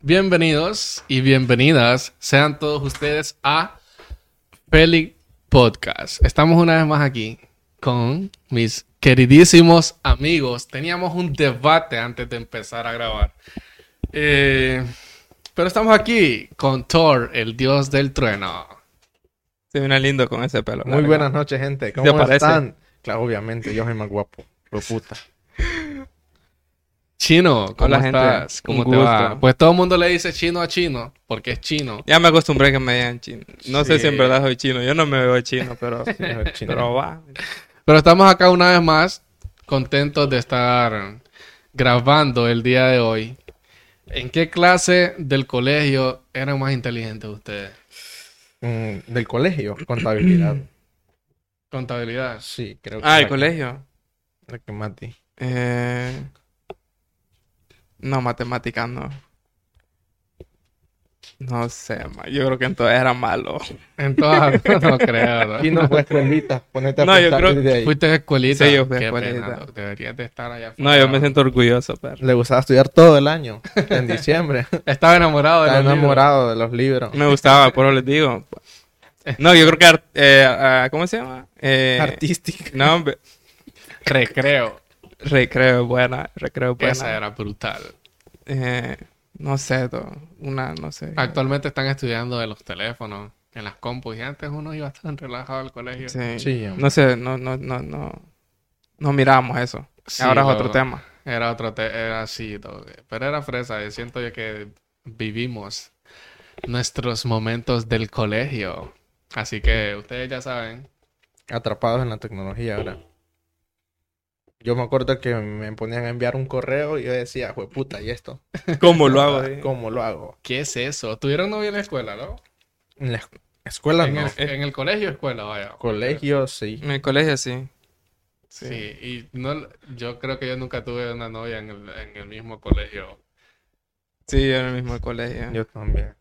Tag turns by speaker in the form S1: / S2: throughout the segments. S1: Bienvenidos y bienvenidas sean todos ustedes a Peli Podcast. Estamos una vez más aquí con mis queridísimos amigos. Teníamos un debate antes de empezar a grabar. Eh, pero estamos aquí con Thor, el dios del trueno.
S2: Se viene lindo con ese pelo.
S3: Muy buenas noches, gente. ¿Cómo
S2: aparece?
S3: están? Claro, obviamente, yo soy más guapo. Lo puta.
S1: Chino, ¿cómo
S2: Hola, gente.
S1: estás? ¿Cómo
S2: Un
S1: te
S2: gusto.
S1: va? Pues todo el mundo le dice chino a chino porque es chino.
S2: Ya me acostumbré a que me digan chino. No sé
S1: Sí.
S2: si en verdad soy chino. Yo no me veo chino, pero,
S3: noches, chino.
S2: pero va.
S1: Pero estamos acá una vez más, contentos de estar grabando el día de hoy. ¿En qué clase del colegio eran más inteligentes ustedes?
S3: Mm, del colegio, contabilidad.
S1: Contabilidad.
S3: Sí, creo que.
S2: Ah,
S3: es
S2: el
S3: la-
S2: colegio.
S3: la que más di.
S2: Eh... No, matemáticas no. No sé, ma. yo creo que entonces era malo.
S1: En todas, no creo. ¿no?
S3: Chino fue escuelita. pues, Ponete a
S2: No, yo
S3: pensar
S2: creo-
S3: desde ahí.
S1: Fuiste a escuelita.
S2: pues, Sí, yo fui a
S1: Qué
S2: escuelita.
S1: pena, loco, Deberías de estar allá.
S2: No, yo me siento orgulloso, pero.
S3: Le gustaba estudiar todo el año. En diciembre.
S1: Estaba enamorado de
S3: Estaba
S1: los libros.
S3: enamorado de los libros.
S2: Me gustaba, por eso les digo. No, yo creo que. ar- eh, ah, ¿Cómo se llama? Eh,
S3: Artística.
S2: No, hombre.
S1: Recreo.
S2: Recreo es buena. Recreo es buena.
S1: Esa era brutal.
S2: Eh, no sé, do- una, no sé.
S1: Actualmente están estudiando de los teléfonos, en las compus. Y antes uno iba tan relajado al colegio.
S2: Sí.
S3: Sí, hombre.
S2: no sé, no, no, no, no, no miramos eso.
S1: Sí,
S2: Ahora es
S1: lo-
S2: otro tema.
S1: Era otro te- era así, todo. pero era fresa. y Siento yo que vivimos nuestros momentos del colegio. Así que ustedes ya saben.
S3: Atrapados en la tecnología ahora. Yo me acuerdo que me ponían a enviar un correo y yo decía, puta, ¿y esto?
S2: ¿Cómo lo hago?
S3: ¿Cómo lo hago?
S1: ¿Qué es eso? ¿Tuvieron novia en la escuela, no?
S3: En la esc- escuela
S1: en,
S3: Ah, no.
S1: el, en el colegio, escuela, vaya.
S3: Colegio sí.
S2: En el colegio sí.
S1: Sí, y no, yo creo que yo nunca tuve una novia en el, en el mismo colegio.
S2: Sí, en el mismo colegio.
S3: Yo también.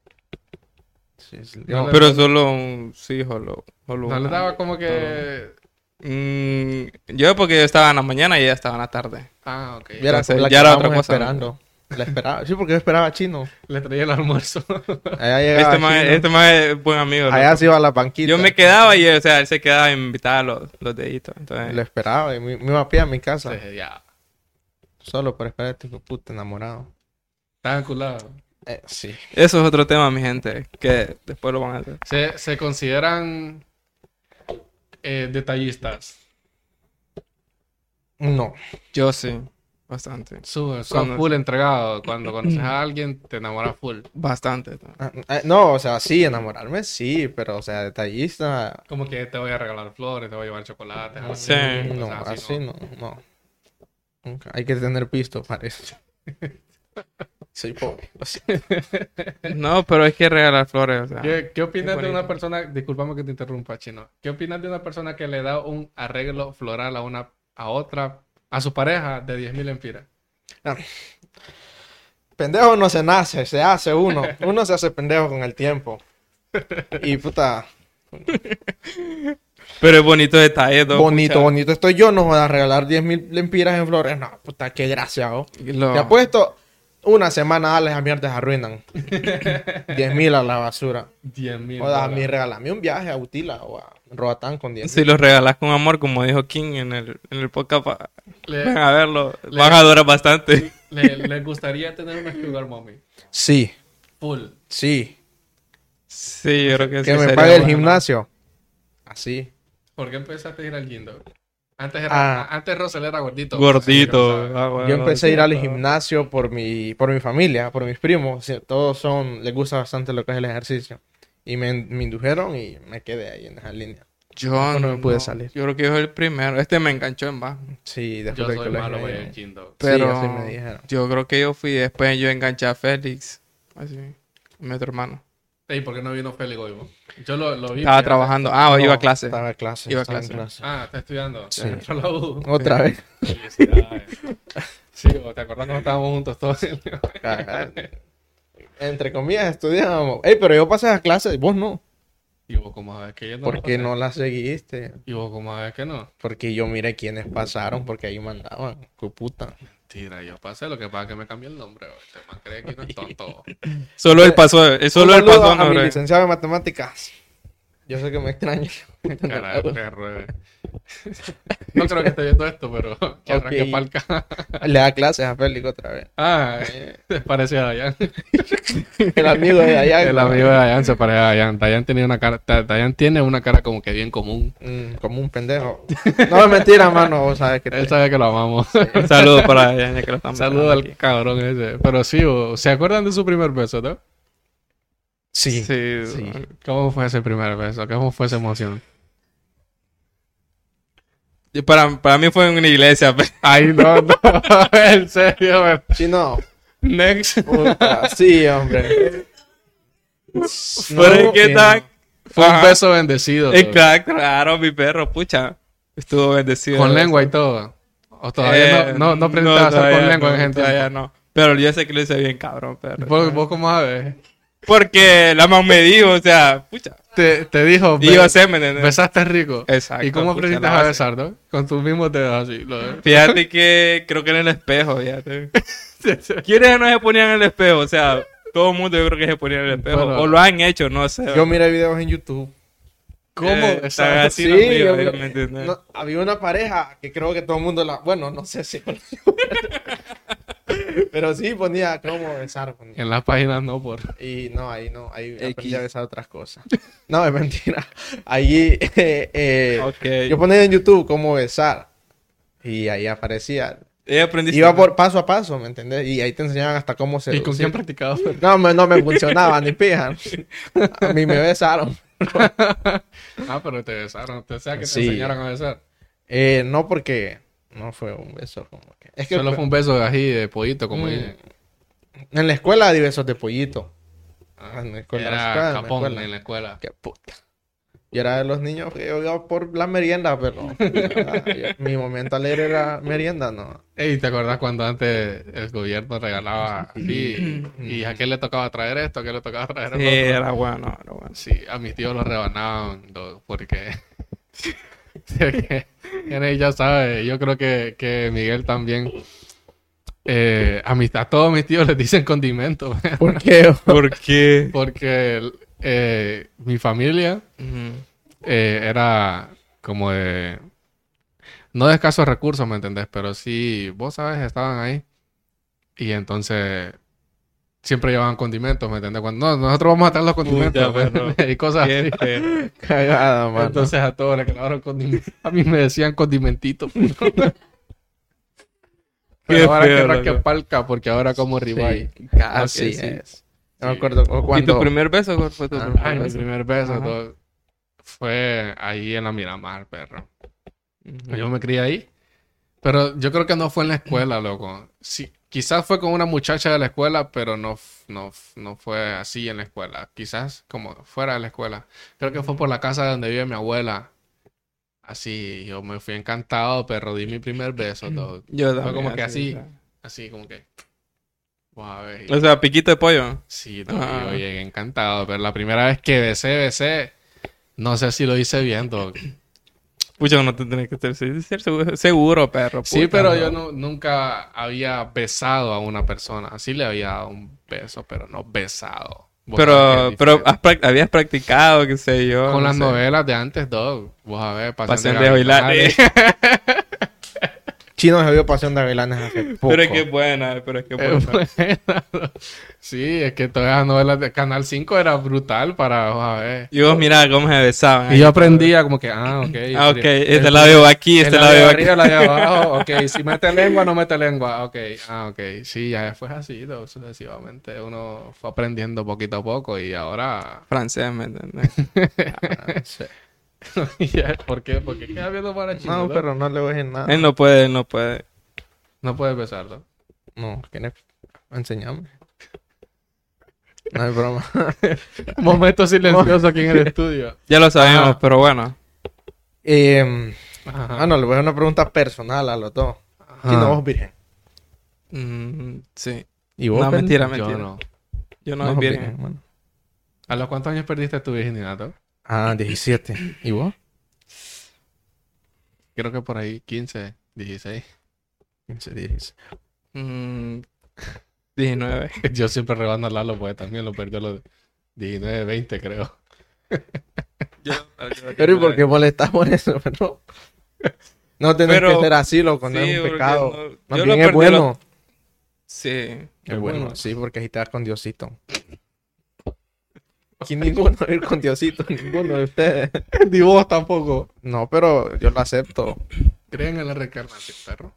S3: Sí, sí.
S1: No,
S3: No,
S2: Pero solo un sí, solo, solo
S1: No le
S2: una.
S1: daba como que.
S2: Mm, yo porque yo estaba en la mañana y ella estaba en la tarde.
S1: Ah, ok.
S3: Viera
S2: Entonces,
S3: la que
S2: ya era
S3: estábamos
S2: otra cosa,
S3: esperando. La esperaba. Sí, porque yo esperaba chino.
S1: Le traía el almuerzo.
S3: Allá llegaba
S2: Este más,
S3: chino.
S2: este más es buen amigo.
S3: Allá
S2: loco.
S3: se iba a la banquita.
S2: yo me quedaba y o sea, él se quedaba y me invitaba a los, los deditos. Entonces,
S3: Lo esperaba. Y me, me iba a pie a mi casa.
S1: Entonces, ya.
S3: Solo para esperar a este hijo de puta enamorado.
S1: Estaba enculado.
S3: Eh, sí.
S2: eso es otro tema, mi gente, que después lo van a hacer.
S1: Se, se consideran eh, detallistas.
S3: No.
S2: Yo sí, bastante.
S1: Sube, son
S2: Cuando-
S1: full entregado. Cuando conoces a alguien, te enamoras full.
S2: Bastante.
S3: Ah, eh, No, o sea, sí, enamorarme sí, pero, o sea, detallista.
S1: Como que te voy a regalar flores, te voy a llevar chocolates. algo
S2: Sí.
S1: así,
S3: No,
S1: cosas
S3: así no, no. Nunca. Hay que tener pisto para eso. Soy pobre. lo siento.
S2: No, pero es que regalar flores, o sea.
S1: ¿Qué, qué opinas
S2: Qué
S1: de una
S2: bonito.
S1: persona, disculpame que te interrumpa, Chino, ¿qué opinas de una persona que le da un arreglo floral a una, a otra, a su pareja de 10.000 lempiras?
S3: Pendejo no se nace, se hace uno. Uno se hace pendejo con el tiempo. Y puta,
S2: Pero es bonito detalle, ¿no?
S3: bonito,
S2: Pucha,
S3: bonito. Estoy yo, no voy a regalar 10 mil lempiras en flores. No, puta, qué gracia, oh.
S2: lo-
S3: Te apuesto, una semana dale esas mierdas arruinan. 10 mil a la basura.
S1: 10.000
S3: O a
S1: dólares.
S3: mí regalame un viaje a Utila o a Roatán con 10
S2: Si los regalas con amor, como dijo King en el, en el podcast, pa-
S3: Eh,
S2: van
S1: Le,
S2: a verlo.
S1: le-
S2: Van a adorar bastante.
S1: le- le gustaría tener una sugar mommy.
S3: Sí,
S1: Full.
S3: sí.
S2: Sí, yo creo que sí.
S3: Que me
S2: sería
S3: pague el
S2: bueno.
S3: gimnasio. Así.
S1: ¿Por qué empezaste a ir al Gindo? Antes, era,
S3: Ah.
S1: a- antes Rosel era gordito.
S2: Gordito.
S1: Así
S2: ah, bueno,
S3: Yo empecé a
S2: sí,
S3: ir al
S2: pero-
S3: gimnasio por mi, por mi familia, por mis primos. O sea, Todos son, les gusta bastante lo que es el ejercicio. Y me, me indujeron y me quedé ahí en esa línea.
S2: Yo
S3: Después no me pude salir.
S2: Yo creo que yo soy el primero. Este me enganchó en bajo.
S3: Sí,
S1: que, o sea,
S3: después
S1: Yo
S3: del
S1: soy
S3: colegio.
S1: malo para ir
S3: ahí.
S1: al Gindo.
S2: Pero
S3: así me dijeron.
S2: yo creo que yo fui. Después yo enganché a Félix. Así. Mi otro hermano.
S1: Ey, ¿por qué no vino Félix hoy? vos? Yo lo, lo vi.
S2: Estaba
S1: fíjate.
S2: trabajando. Ah,
S3: No,
S2: iba a clase.
S3: Estaba a clase.
S2: Iba a
S3: estaba en
S2: clase.
S1: Ah, está estudiando.
S3: Sí.
S1: Entró a la U.
S3: Otra vez.
S1: Felicidades. Sí, vos, ¿te acordás cuando estábamos juntos todos?
S3: Entre comillas estudiábamos. Ey, pero yo pasé a clase, vos no.
S1: Y vos como sabes que yo no
S3: ¿Por
S1: lo
S3: qué
S1: pasé?
S3: no la seguiste?
S1: Y vos como sabes que no.
S3: Porque yo miré quiénes pasaron, porque ahí mandaban. ¡Qué puta!
S1: Tira, yo pasé, lo que pasa es que me cambié el nombre. güey. Este man cree que no es tonto.
S2: Solo él pasó, eh, solo él
S3: Un saludo
S2: pasó
S3: a eh. mi
S2: nombre.
S3: licenciado en matemáticas. Yo sé que me extraña.
S1: Cara de perro, eh. No creo que esté viendo esto, pero que arranque
S3: Ok.
S1: palca.
S3: Le da clases a Félix otra vez.
S1: Ah, eh, se parece a Dayan.
S3: El amigo de allá.
S1: El amigo de Dayan se parece a Dayan. Dayan tiene una cara, Da- Dayan tiene una cara como que bien común.
S3: Mm, como un pendejo. No es mentira, mano. Vos sabes que
S1: Él sabe que lo amamos.
S2: Un saludo para Yaña que lo estamos
S1: Saludo al cabrón ese. Pero sí, bo, ¿se acuerdan de su primer beso, no?
S3: Sí.
S2: Sí,
S3: Sí.
S1: ¿Cómo fue ese primer beso? ¿Cómo fue esa emoción?
S2: Y Para, para mí fue en una iglesia. pe-
S1: Ay, no, no. en serio, güey.
S3: Sí, no.
S1: Next.
S3: Puta, Sí, hombre.
S2: Pero es que
S3: eh,
S2: tal?
S1: Fue un
S2: Ajá.
S1: beso bendecido.
S2: Eh,
S1: bro.
S2: claro, claro, mi perro, pucha. Estuvo bendecido.
S1: Con lengua y todo. O todavía
S2: Eh,
S1: no, no, no aprendiste a hacer
S2: todavía
S1: con lengua
S2: no,
S1: en gente. Pues,
S2: Todavía no. Pero yo sé que lo hice bien, cabrón. Pero,
S1: ¿Vos, vos cómo sabes?
S2: Porque la mamá me dijo, o sea, pucha.
S1: Te, te dijo,
S2: Y yo
S1: "Be-
S2: sé, ¿me entiendes?
S1: besaste rico.
S2: Exacto,
S1: ¿Y cómo
S2: pucha,
S1: aprendiste a
S2: la base.
S1: besar, no? Con tus mismos dedos así. lo de-
S2: Fíjate que creo que en el espejo, fíjate. ¿Quiénes no se ponían en el espejo? O sea, todo el mundo yo creo que se ponía en el espejo.
S1: Bueno.
S2: o lo han hecho, no sé.
S3: Yo miré videos en YouTube.
S1: ¿Cómo
S2: Eh,
S1: besar?
S2: así no fui,
S3: yo
S2: yo
S3: vi-
S2: me entiendes.
S3: no, había una pareja que creo que todo el mundo la. Bueno, no sé si. Pero sí ponía cómo besar. ponía.
S1: En las páginas no, por...
S3: Y no, ahí no. Ahí aprendí
S2: X.
S3: a besar otras cosas. No, es mentira. Allí. eh, eh,
S2: Ok.
S3: Yo ponía en YouTube cómo besar. Y ahí aparecía.
S2: Eh, aprendiste-
S3: Iba por paso a paso, ¿me entendés? Y ahí te enseñaban hasta cómo se.
S1: ¿Y con quién practicabas?
S3: No, me- no me funcionaba, ni pija. A mí me besaron.
S1: ah, pero te besaron. O sea, que te
S3: Sí.
S1: enseñaron a besar.
S3: Eh, no porque no fue un beso como que... Es que
S1: Solo fue un beso así de pollito, como
S3: Mm.
S1: dije.
S3: en la escuela di besos de pollito. Ah, en la escuela. en la escuela,
S1: Era
S3: en la
S1: capón
S3: escuela.
S1: en la escuela.
S3: Qué puta. Yo era de los niños que yo iba por la merienda, pero... ah, yo- mi momento alegre era merienda, no.
S1: Ey, ¿te acuerdas cuando antes el gobierno regalaba así? ¿Y a quién le tocaba traer esto? ¿A quién le tocaba traer
S2: Sí,
S1: lo otro?
S2: era bueno, era bueno.
S1: Sí, a mis tíos los rebanaban lo- porque... porque Jenny ya sabe, yo creo que, que Miguel también... Eh, a, mis- a todos mis tíos les dicen condimento,
S3: ¿Por qué?
S2: ¿Por qué?
S1: porque eh, mi familia eh, era como de... No de escasos recursos, ¿me entendés? Pero sí, vos sabes, estaban ahí. Y entonces siempre llevaban condimentos, ¿me entendés? Cuando no, nosotros vamos a traer los condimentos ¿me
S2: perro.
S1: entendés? y cosas
S2: Qué
S1: así.
S2: feo.
S3: Cagada, mano.
S1: Entonces a todos le clavaron condimentos. A mí me decían condimentito. Pero
S2: Qué
S1: ahora
S2: feo,
S1: que rasque
S2: loco.
S1: palca, porque ahora como
S3: Sí,
S1: ribeye.
S2: Ah,
S3: así
S1: Ah, Ok, sí.
S3: es. Ah, eh. No me
S1: Sí.
S3: acuerdo. o
S2: ¿Y tu
S3: cuando...
S2: primer beso? ¿Cuál fue tu primer
S1: Ah, Ay, mi
S2: beso?
S1: primer beso
S2: Ajá.
S1: todo, fue ahí en la Miramar, perro.
S2: Ujú.
S1: Yo me crié ahí. Pero yo creo que no fue en la escuela, loco. Sí, quizás fue con una muchacha de la escuela, pero no, f- no, f- no fue así en la escuela. Quizás como fuera de la escuela. Creo que fue por la casa donde vive mi abuela. Así, yo me fui encantado, pero di mi primer beso, todo.
S2: Yo
S1: Fue
S2: también,
S1: como que así.
S2: o
S1: Así como que... Vamos a ver.
S2: sea. O sea, piquito de pollo.
S1: Sí, no,
S2: Ah.
S1: yo llegué encantado, pero la primera vez que besé, besé, no sé si lo hice bien, dog.
S2: Pucha, no te tenés que estar ser- ser seguro, seguro, perro.
S1: Sí,
S2: puta,
S1: pero yo no- nunca había besado a una persona. Sí le había dado un beso, pero no besado. Vos sabés
S2: Pero,
S1: que es
S2: pero
S1: diferente.
S2: has prac- habías practicado, qué sé yo.
S1: con
S2: no
S1: las
S2: sé.
S1: novelas de antes, dog, vos a ver,
S2: Pasión
S1: pasando
S2: de eh, bailar.
S3: Chino se vio Pasión de Gavilanes hace poco.
S2: Pero es que es buena, eh, pero es que es
S1: Eh,
S2: buena.
S1: Sí, es que todas las novelas de Canal 5 era brutal para, vos a ver.
S2: Y vos mirá cómo se besaban.
S1: Y yo aprendía como que, ah, ok.
S2: Ah, ok,
S1: el-
S2: este la veo aquí, este
S1: El
S2: la
S1: labio
S2: veo aquí.
S1: arriba, el labio abajo. Ok, si mete lengua, no mete lengua. Ok, ah, ok. Sí, ya fue así, ¿no? sucesivamente. Uno fue aprendiendo poquito a poco y ahora.
S2: Francés, ¿me entiendes?
S3: Ah, sí.
S1: Ya, ¿Por qué? Porque queda viendo para chino.
S3: No, pero no le voy a decir nada.
S2: él no puede, él no puede.
S1: No puedes besarlo.
S3: No, ¿quién es? Enseñame. No es broma.
S1: Momento silencioso aquí en el estudio.
S2: Ya lo sabemos,
S1: Ajá.
S2: pero bueno.
S3: Eh,
S1: Ajá.
S3: ah, no, le voy a hacer una pregunta personal a los dos. ¿Quién no vos virgen?
S2: Mm, sí.
S3: ¿Y
S2: No,
S3: Félix?
S2: mentira,
S1: Yo
S2: mentira.
S1: no.
S2: Yo no,
S3: No,
S2: es
S3: sos
S2: virgen.
S3: virgen, mano.
S1: ¿A los cuántos años perdiste tu virginidad? no?
S3: Ah, 17. ¿Y vos?
S1: Creo que por ahí 15, 16.
S3: 15, 16.
S2: Mm, 19.
S1: Yo siempre rebando a Lalo porque también lo perdió a los 19, 20 creo.
S2: Yo-
S3: Pero ¿y por qué molestamos eso? No, no tenés
S2: Pero-
S3: que ser así, loco.
S2: Sí,
S3: No es un
S2: porque
S3: pecado.
S2: no-
S3: Más
S2: yo
S3: bien
S2: lo
S3: es
S2: perdí a los-
S3: bueno.
S2: Sí.
S3: Es bueno, sí, porque ahí estás con Diosito. Aquí ninguno va a ir con Diosito, ninguno de ustedes.
S1: Ni vos tampoco.
S3: No, pero yo lo acepto.
S1: ¿Creen en la reencarnación, perro?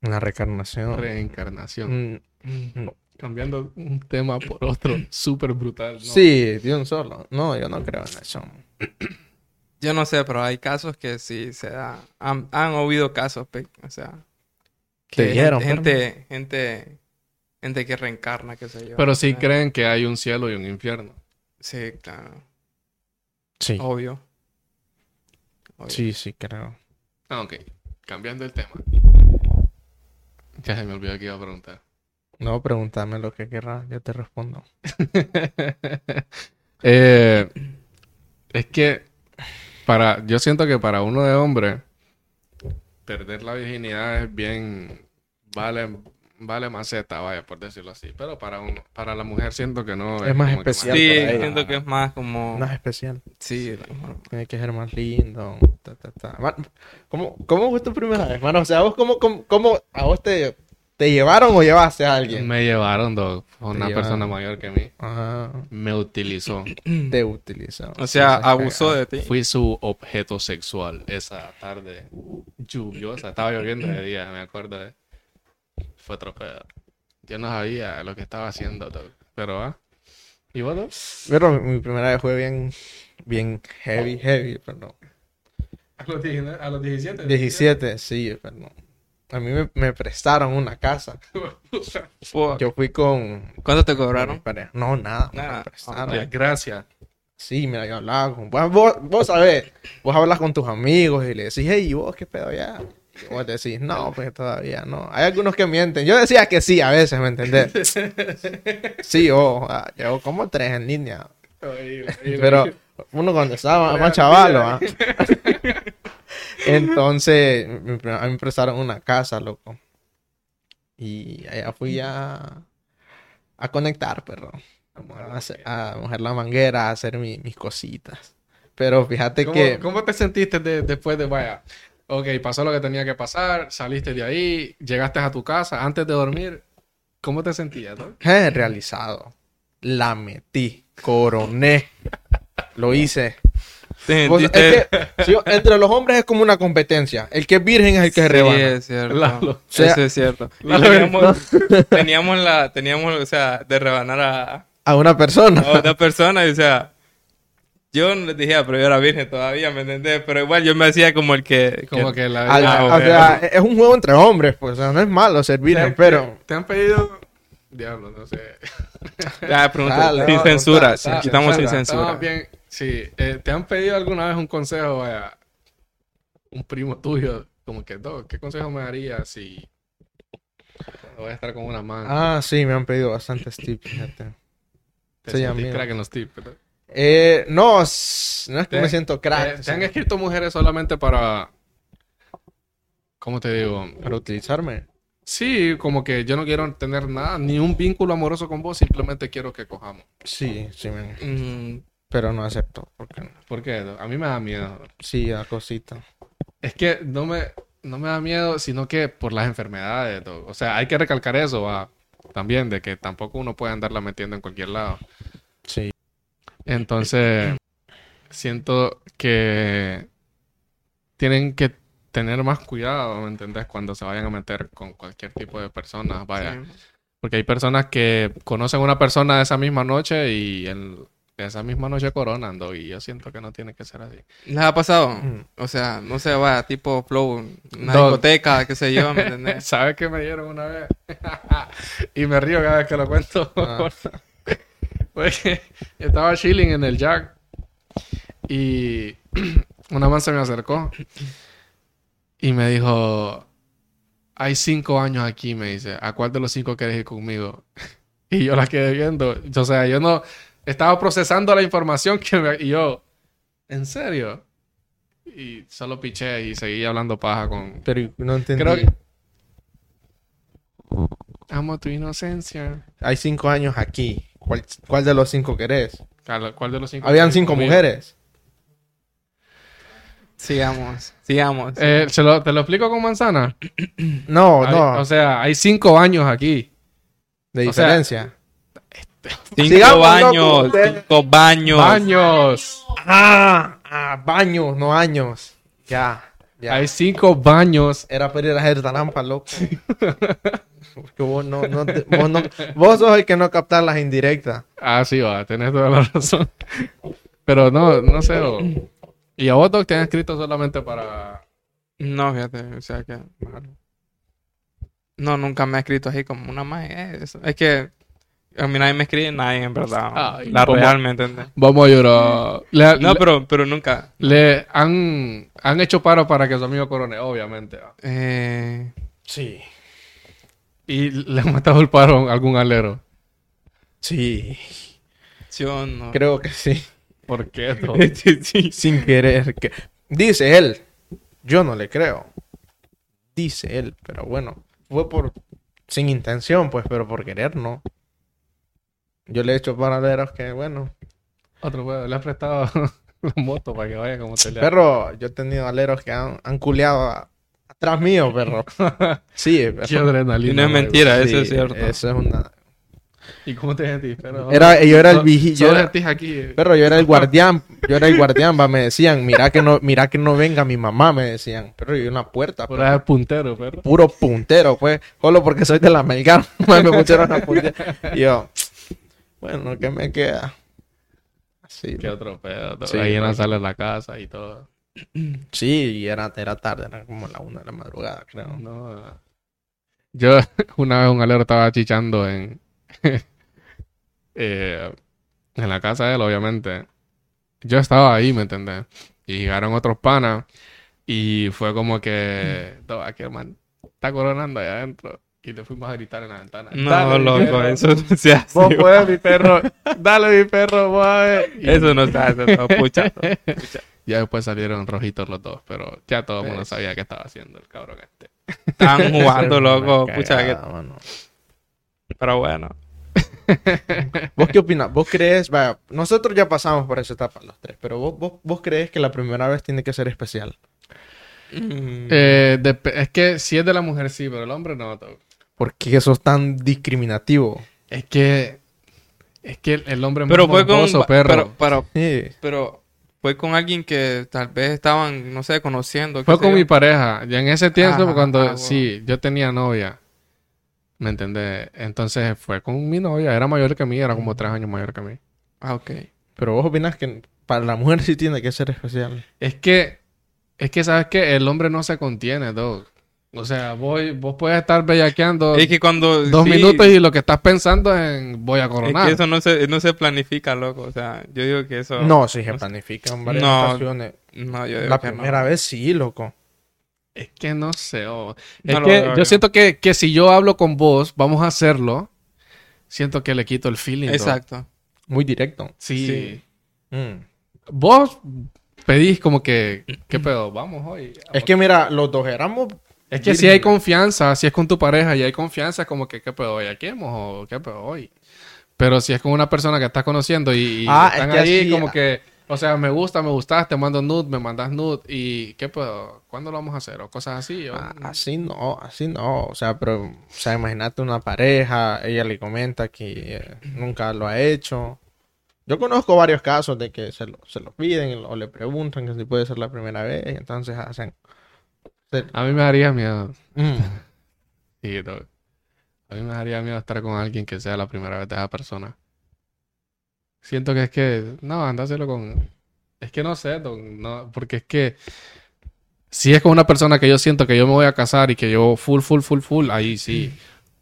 S3: La reencarnación.
S1: Reencarnación.
S3: Mm, no.
S1: Cambiando un tema por otro súper brutal. ¿no?
S3: Sí, de un solo. No, yo no creo en eso.
S2: Yo no sé, pero hay casos que sí se da. Han, han oído casos, pe- o sea. que
S3: Te dijeron, pues,
S2: gente, gente, gente, gente que reencarna, qué sé yo.
S1: Pero sí
S2: Eh,
S1: creen que hay un cielo y un infierno.
S2: Sí, claro.
S3: Sí,
S2: Obvio. Obvio.
S3: sí, sí, creo.
S1: Ah, ok. Cambiando el tema. Ya se me olvidó que iba a preguntar.
S3: No, pregúntame lo que querrás, yo te respondo.
S1: Eh, es que para, yo siento que para uno de hombre, perder la virginidad es bien, vale, vale maceta, vaya, por decirlo así. Pero para un- para la mujer siento que no.
S3: Es más
S1: como que
S2: Sí,
S3: especial para ella.
S2: siento que es más como.
S3: No es especial.
S2: Sí, como-
S3: Tiene que ser más lindo. ta, ta, ta. Ma- ¿Cómo, ¿Cómo fue tu primera vez, mano? O sea, ¿vos cómo, cómo, cómo a vos te, te llevaron o llevaste a alguien?
S1: Me llevaron, dog. Fue
S3: Te
S1: Una
S3: llevaron.
S1: persona mayor que mí.
S3: Ajá.
S1: Me utilizó.
S3: Te utilizaron.
S2: O sea, abusó de ti.
S1: Fui su objeto sexual esa tarde lluviosa. Estaba lloviendo de día, me acuerdo. de- Fue atropellado. Yo no sabía lo que estaba haciendo, dog. Pero, ¿ah? ¿Y vos, dog?
S3: Pero mi- mi primera vez fue bien, bien heavy, heavy, perdón.
S1: A los, 17.
S3: 17, sí, perdón. A mí me, me prestaron una casa.
S2: Fuck.
S3: Yo fui con...
S2: ¿Cuánto te
S3: con mi
S2: cobraron?
S3: pareja. No, nada. me
S2: Nada.
S3: la prestaron.
S1: Ah, Gracias.
S3: Sí, mira, yo hablaba con... Vos, vos, vos sabés, vos hablas con tus amigos y le decís, hey, ¿y vos qué pedo ya? Y vos decís, no, pues todavía no. Hay algunos que mienten. Yo decía que sí a veces, ¿me entendés? Sí, yo ah, llevo como tres en línea. Pero uno cuando estaba más chavalo, ¿ah? Entonces, mi pri- a mí me prestaron una casa, loco. Y allá fui a, a conectar, perro. A,
S1: Ah,
S3: hacer- a mojar la manguera, a hacer mi- mis cositas. Pero fíjate
S1: ¿Cómo,
S3: que...
S1: cómo te sentiste de- después de, vaya, ok, pasó lo que tenía que pasar, saliste de ahí, llegaste a tu casa antes de dormir? ¿Cómo te sentías, dog?
S3: Eh, realizado. La metí. Coroné. Lo hice.
S2: Te
S3: Vos- Pues, es
S2: sentiste-
S3: que, sí, entre los hombres es como una competencia. El que es virgen es el que se
S2: Sí,
S3: rebana.
S2: es cierto.
S1: Lalo.
S2: Eso
S3: O sea-
S2: es cierto. Y
S1: Lalo,
S2: teníamos, teníamos la, teníamos, o sea, de rebanar a,
S3: A una persona.
S2: a otra persona y, o sea, yo no les dije, ah, pero yo era virgen todavía, ¿me entendés? Pero igual yo me hacía como el que...
S1: Como
S2: que-
S1: que la...
S3: Al-
S2: Ah,
S3: o
S2: ok.
S3: sea, es un juego entre hombres, pues, o sea, no es malo ser
S1: O
S3: virgen,
S1: sea,
S3: pero...
S1: que Te han pedido. Diablo, no sé.
S2: Ah, pregunta,
S3: Dale,
S2: sin
S3: no,
S2: censura,
S3: está-
S2: sin-
S3: está-
S2: quitamos sin
S3: está-
S2: censura.
S1: Estamos bien. Sí. eh, ¿Te han pedido alguna vez un consejo, vaya? Un primo tuyo, como que, "Doc, ¿qué consejo me darías si cuando voy a estar con una man?
S3: Ah, sí, me han pedido bastantes tips, fíjate.
S1: te
S3: sí,
S1: sentís
S3: amigo.
S1: crack en los tips, ¿verdad?
S3: Eh, no, s- no es que
S1: Te-
S3: me siento
S1: Eh,
S3: crack.
S1: ¿Te
S3: o sea,
S1: han escrito mujeres solamente para. ¿Cómo te digo?
S3: Para utilizarme.
S1: Sí, como que yo no quiero tener nada, ni un vínculo amoroso con vos, simplemente quiero que cojamos.
S3: Sí, sí, me-
S2: Mm,
S3: pero no acepto, porque
S1: ¿Por qué? Doc? A mí me da miedo.
S3: sí, da cosita.
S1: Es que no me, no me da miedo, sino que por las enfermedades. do- O sea, hay que recalcar eso va, también, de que tampoco uno puede andarla metiendo en cualquier lado.
S3: Sí.
S1: Entonces, siento que tienen que tener más cuidado, ¿me entendés? Cuando se vayan a meter con cualquier tipo de personas, vaya.
S2: sí.
S1: Porque hay personas que conocen a una persona esa misma noche y en esa misma noche coronan, do, y yo siento que no tiene que ser así.
S2: ¿Les ha pasado?
S3: Mm.
S2: O sea, no sé, va, tipo flow, una
S1: Dog.
S2: discoteca, qué sé yo, ¿me entendés?
S1: ¿Sabes qué me dieron una vez? y me río cada vez que lo cuento.
S3: Ah.
S1: Porque estaba chilling en el Jack y una man se me acercó y me dijo, hay cinco años aquí, me dice, ¿a cuál de los cinco quieres ir conmigo? Y yo la quedé viendo. O sea, yo no estaba procesando la información que me... Y yo, ¿En serio? Y solo piché y seguí hablando paja con...
S3: Pero y- no entendí.
S1: Creo que... Amo tu inocencia.
S3: Hay cinco años aquí. ¿Cuál, cuál de los cinco querés?
S1: Carla, ¿Cuál de los cinco?
S3: Habían cinco
S1: Mira.
S3: mujeres.
S2: Sigamos, sigamos.
S1: Eh, ¿se lo- ¿Te lo explico con manzana?
S3: No,
S1: Hay-
S3: Oh, no.
S1: O sea, hay cinco años aquí.
S3: de
S1: o sea-
S3: diferencia.
S2: cinco
S3: sigamos, loco,
S2: baños,
S3: usted.
S2: cinco baños.
S1: Baños.
S3: ah, ah, baños, no años. Ya, ya.
S1: Hay cinco baños.
S3: Era para ir a hacer tarampa, loco. Porque vos no, no, te- vos no- vos sos el que no captar las indirectas.
S1: Ah, sí, va, tenés toda la razón. Pero no, no sé. o- Y a vos, Doc, te han escrito solamente para.
S2: No, fíjate, o sea que. No, nunca me ha escrito así como una más. eh, eso. Es que a mí nadie me escribe, nadie en verdad.
S1: Ay,
S2: la
S1: ¿cómo? Ah,
S2: real, ¿me entiendes?
S1: Vamos a llorar. Le,
S2: No,
S1: le-
S2: pero, pero nunca.
S1: le han, han hecho paro para que su amigo corone, obviamente. va.
S2: Eh,
S3: Sí,
S1: Y le han matado el paro a algún alero.
S3: sí.
S2: yo no.
S3: Creo que sí.
S1: ¿Por qué, Doc?
S2: Sí, sí.
S3: Sin querer. que- Dice él. Yo no le creo. Dice él, pero bueno. Fue por. Sin intención, pues, pero por querer, no. Yo le he hecho paralelos que, bueno.
S1: Otro huevo, le has prestado la moto para que vaya como te le
S3: Perro, yo he tenido aleros que han, han culeado a- atrás mío, perro. Sí, perro.
S1: Qué adrenalina.
S2: Y no es
S1: güey.
S2: mentira,
S3: Sí,
S2: eso es cierto.
S3: Eso es una.
S1: ¿Y cómo te sentís? Pero,
S3: Era, yo era el
S1: So-
S3: vigil- yo
S1: solo
S3: era-
S1: sentís aquí. eh.
S3: Perro, yo era el guardián. Yo era el guardián, va. Me decían, mira que no, mira que no venga mi mamá, me decían. Pero yo en la puerta,
S1: Por
S3: perro.
S1: ahí es puntero, perro.
S3: puro puntero, pues. Solo porque soy de la Melgar. me pusieron a puntear. Y yo, bueno, ¿qué me queda? Así.
S1: Qué otro pedo. todo.
S3: Sí,
S1: ahí en la
S3: güey.
S1: sala de la casa y todo.
S3: Sí, y era, era tarde, era como la una de la madrugada, creo.
S1: No. Yo una vez un alero estaba chichando en. eh, en la casa de él, obviamente. Yo estaba ahí, ¿me entendés? Y llegaron otros panas. Y fue como que.
S3: Mm.
S1: "No, Aquí el man está coronando allá adentro. Y le fuimos a gritar en la ventana.
S2: No,
S1: "Dale, mi
S2: loco,
S1: perro".
S2: eso no se hace.
S1: Vos
S2: güey.
S1: puedes, mi perro. Dale, mi perro, vos a ver. Y
S2: Eso no se hace, no, pucha.
S1: Ya después salieron rojitos los dos, pero ya todo el mundo
S2: Pues.
S1: sabía qué estaba haciendo el cabrón este.
S2: Estaban jugando,
S3: Una
S2: loco.
S3: cagada,
S2: Pucha, que-
S3: mano.
S2: pero bueno.
S3: ¿Vos qué opinas? ¿Vos crees? Vaya, nosotros ya pasamos por esa etapa los tres, pero vos, vos, vos crees que la primera vez tiene que ser especial.
S2: Mm.
S1: Eh, dep- es que si es de la mujer sí, pero el hombre no. to-
S3: ¿Por qué sos tan discriminativo?
S1: Es que es que el hombre es
S2: pero
S1: muy
S2: fue con.
S1: morboso, perro.
S2: Pero, pero,
S3: Sí.
S2: pero fue con alguien que tal vez estaban, no sé, conociendo. qué
S1: Fue
S2: sé
S1: con
S2: yo.
S1: mi pareja. Y en ese tiempo,
S2: Ajá,
S1: cuando
S2: ah, bueno.
S1: sí, yo tenía novia. ¿Me entendés? Entonces fue con mi novia. Era mayor que mí, era como tres años mayor que mí.
S2: Ah, ok.
S3: Pero vos opinas que para la mujer sí tiene que ser especial.
S1: Es que, es que sabes que el hombre no se contiene, dog. O sea, vos, vos puedes estar bellaqueando
S2: Es que cuando.
S1: dos
S2: sí,
S1: minutos y lo que estás pensando es en voy a
S2: Es
S1: coronar.
S2: que eso no se, no se planifica, loco. O sea, yo digo que eso.
S3: No, sí, se planifican varias
S2: No.
S3: situaciones.
S2: No, yo digo
S3: La
S2: que no.
S3: primera vez sí, loco.
S1: Es que no sé. oh.
S2: No
S1: Es
S2: lo
S1: que
S2: veo,
S1: yo
S2: yo.
S1: siento que, que si yo hablo con vos, vamos a hacerlo. Siento que le quito el feeling. dog.
S2: Exacto.
S3: Muy directo.
S1: Sí.
S2: Sí.
S3: Mm.
S1: Vos pedís como que, ¿qué pedo? Vamos hoy.
S3: Es que mira, los dos éramos...
S1: Es que si hay confianza, si es con tu pareja y hay confianza, es como que, ¿qué pedo? ¿Ya quemos o qué pedo hoy? Pero si es con una persona que estás conociendo y, y
S3: Ah,
S1: están
S3: es que
S1: ahí
S3: así-
S1: como que, o sea, me gusta, me gustas, te mando nude, me mandas nude y, ¿qué pedo? ¿Cuándo lo vamos a hacer? O cosas así. yo-
S3: Ah, Así no, así no. O sea, pero... O sea, imagínate una pareja, ella le comenta que eh, nunca lo ha hecho. Yo conozco varios casos de que se lo, se lo piden o le preguntan que si puede ser la primera vez y entonces hacen...
S1: A mí me daría miedo.
S3: Mm.
S1: Sí, no. A mí me daría miedo estar con alguien que sea la primera vez de esa persona. Siento que es que, no, andáselo con... Es que no sé, don, no, porque es que si es con una persona que yo siento que yo me voy a casar y que yo full, full, full, full, ahí sí,